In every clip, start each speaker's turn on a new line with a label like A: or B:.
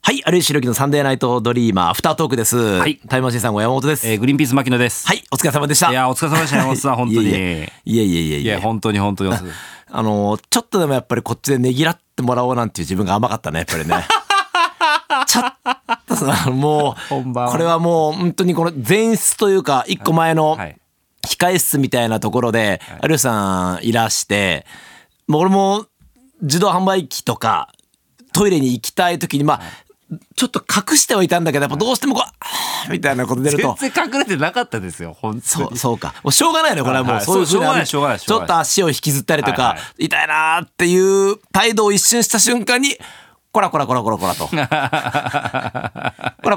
A: はい、有吉弘樹のサンデーナイトドリーマー、アフタートークです。
B: い
A: タイムマシーンさんご山本です。
B: えーグリーンピース牧野です。
A: はい、お疲れ様でした。
B: いやーお疲れ様でした山本さん本当に
A: いえいえいえいえ
B: い
A: いえ
B: や、本当に本当に。本当に
A: あのーちょっとでもやっぱりこっちでねぎらってもらおうなんていう自分が甘かったね、やっぱり ね。ちょっとその、もう、
B: 本番
A: これはもう本当にこの前室というか、一個前の
B: はい
A: 控え室みたいなところで、有吉さんいらして、もう俺も自動販売機とか、トイレに行きたい時に、まあ、ちょっと隠してはいたんだけど、やっぱどうしてもこう、あーみたいなこと出ると。
B: 全然隠れてなかったですよ、本当
A: そ
B: に
A: う、。そうか。もうしょうがないの、これはも
B: は
A: う。
B: いはい
A: そういうふうに
B: そうしょうがないしょうがないしょうが
A: ち
B: ない
A: ょっと足を引きずったりとか、
B: はいは
A: 痛いなーっていう態度を一瞬した瞬間に、こらこらこらこらこらと。こら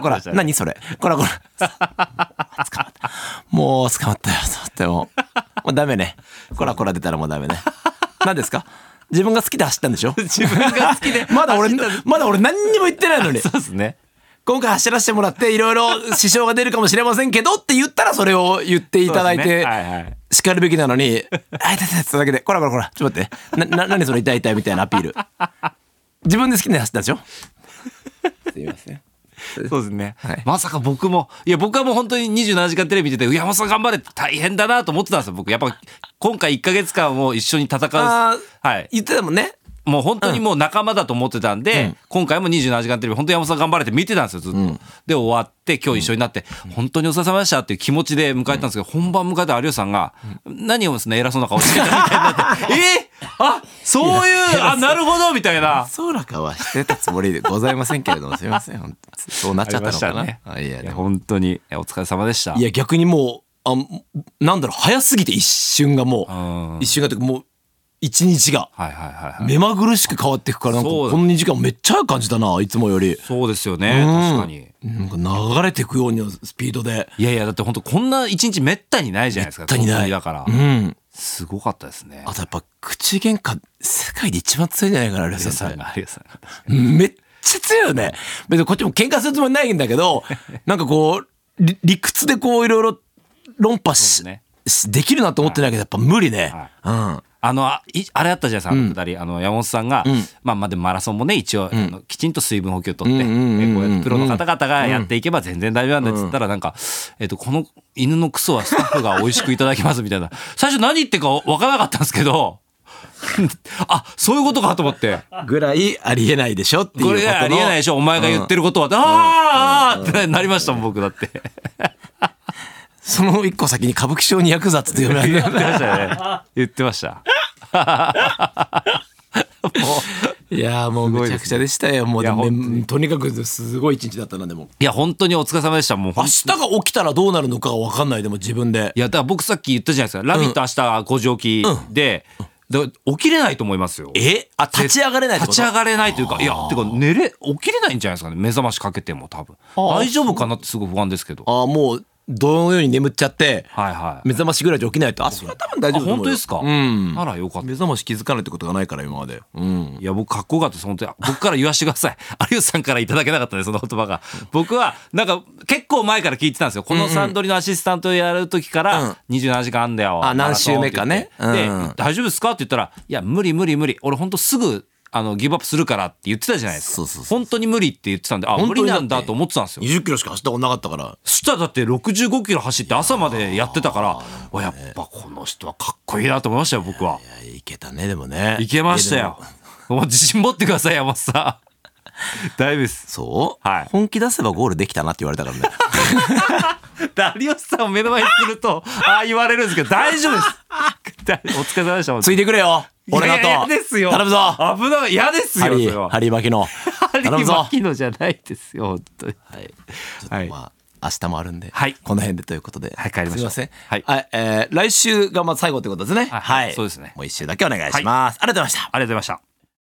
A: こ ら、何それ。こらこら。捕まった。 もう捕まったよ、と思ってもう。もうダメね。こらこら出たらもうダメね。何ですか自分が好きで走ったんでしょ。
B: 自分が好きで
A: まだ俺、まだ俺何にも言ってないのに
B: そ。うですね。
A: 今回走らせてもらっていろいろ支障が出るかもしれませんけどって言ったらそれを言っていただい
B: そうで
A: て
B: すねはいはい
A: 叱るべきなのに「あいたいたいた」ってだけで「こらこらこらちょっと待ってな な何その痛い痛い」みたいなアピール自分で好きな走ったでしょすいません
B: そうですね
A: はい。
B: まさか僕も、いや、僕はもう本当に27時間テレビ見てて、山本さん頑張れ、大変だなと思ってたんですよ、僕。やっぱ、今回1ヶ月間を一緒に戦う。
A: あ
B: は
A: ー
B: い。
A: 言ってたもんね
B: もう本当にもう仲間だと思ってたんで、今回も27時間テレビ、本当に山本さん頑張れって見てたんですよ、ずっと。で、終わって、今日一緒になって、本当にお疲れ様でしたっていう気持ちで迎えたんですけど、本番迎えた有吉さんが、何をですね、偉そうな顔してたみたいになって、えーあそういう、あ、なるほどみたいな。
A: そうらかはしてたつもりでございませんけれどもすいません本当そうなっちゃったのかな、あいや
B: い
A: で
B: や
A: も
B: 本当に、えお疲れ様でした。
A: いや逆にもうあなんだろう早すぎて一瞬がも
B: うん
A: う一瞬がというかもう一日が。
B: はいはいはいはい。
A: 目まぐるしく変わっていくからなんか
B: そう
A: こ
B: だ
A: の2時間めっちゃ早い感じだないつもより
B: そうですよね、確かに。
A: なんか流れていくようなスピードで
B: いやいや、だって本当こんな一日めったにないじゃないですか。
A: 絶対に
B: こん
A: な
B: ないにだから
A: う。ん
B: すごかったですね。
A: あとやっぱ口喧嘩世界で一番強いんじゃないかなレ
B: 有吉
A: さ
B: さん
A: ん
B: が、有吉さんが。
A: めっちゃ強いよね別にこっちも喧嘩するつもりないんだけ どなんかこう理理屈でこういろいろ論破し
B: そうですね
A: しできるなと思ってないけどやっぱ無理ねうん
B: あのあいあれあったじゃないですか、あのくだりあの山本さんが、まあ、まあでもマラソンもね一応、あのきちんと水分補給を取って、
A: うんうんうんうん
B: えこうやってプロの方々がやっていけば全然大丈夫なんだっつったら、なんか、えっとこの犬のクソはスタッフが美味しくいただきますみたいな 最初何言ってるか分からなかったんですけど あそういうことかと思って
A: ぐらいありえないでしょっていうこ
B: こと
A: の
B: れありえないでしょお前が言ってることは、あーあーってなりましたもん僕 だって。
A: その一個先に歌舞伎町に役立つっていうのがね
B: 言ってましたね言ってました。
A: いやーもうめちゃくちゃでしたよ。もう
B: いや
A: でも
B: 本
A: ねとにかくすごい一日だったな、でも。
B: いや本当にお疲れ様でしたもう
A: 明日が起きたらどうなるのかがわかんない、でも自分で。
B: いやだから僕さっき言ったじゃないですか「ラビット!」明日5時起きで、だから起きれないと思いますよ
A: えあ、立ち上がれないってこ
B: 立
A: と
B: ち上がれないというかいやてか寝れ起きれないんじゃないですかね目覚ましかけても多分大丈夫かなってすごい不安ですけど
A: あーもう、どのように眠っちゃって、
B: はいはい
A: 目覚ましぐらいじゃ起きないと。あ、それは多分大丈夫
B: あ
A: だと思
B: 本
A: うよ
B: 当ですか、
A: うん。
B: ならよかった
A: 目覚まし気づかないってことがないから、今まで。うん。
B: いや僕かっこよかったです本当に僕から言わせてください 有吉さんからいただけなかったですその言葉が僕はなんか結構前から聞いてたんですよこのサンドリのアシスタントやる時か
A: う
B: ら
A: ん
B: 「27時間あんだよ」
A: あ
B: マラソン
A: 何週目かね
B: って言って
A: うん
B: で「大丈夫ですか?」って言ったら「いや無理無理無理俺ほんとすぐあのギブアップするから」って言ってたじゃないですか
A: そうそうそう
B: 本当に無理って言ってたんであ
A: 本当
B: 無
A: に
B: 理
A: だって
B: なんだと思ってたんですよ
A: 20キロしか走ったことなかったから。
B: そしたらだって65キロ走って朝までやってたからわやっぱこの人はかっこいいなと思いましたよ僕はい
A: や、いけたね、でもね。
B: いけました
A: いや。
B: よ
A: でも。
B: もう自信持ってください、山本さん。大丈夫です。
A: そう
B: はい
A: 本気出せばゴールできたなって言われたからね。
B: 有吉さんを目の前にすると、ああ言われるんですけど、大丈夫です。大お疲れ様でした本当
A: つ
B: に。
A: いてくれよ俺だと
B: いやいや嫌ですよ。
A: 頼むぞ
B: 危ない。嫌です
A: ハ
B: よ、
A: リ
B: それ
A: ー、
B: は。
A: ハリーバキの。頼むぞ
B: ハリーマキノじゃないですよ、本当に。
A: はい。ちょっ
B: は
A: と
B: い
A: まあ、明日もあるんで、
B: はい
A: この辺でということで、
B: はい帰りましょう
A: すいません。
B: はい
A: あえー来週がまあ最後ということですね。
B: はい
A: はい。
B: そうですね
A: もう一週だけお願いします。ありがとうございました。
B: ありがとうございました。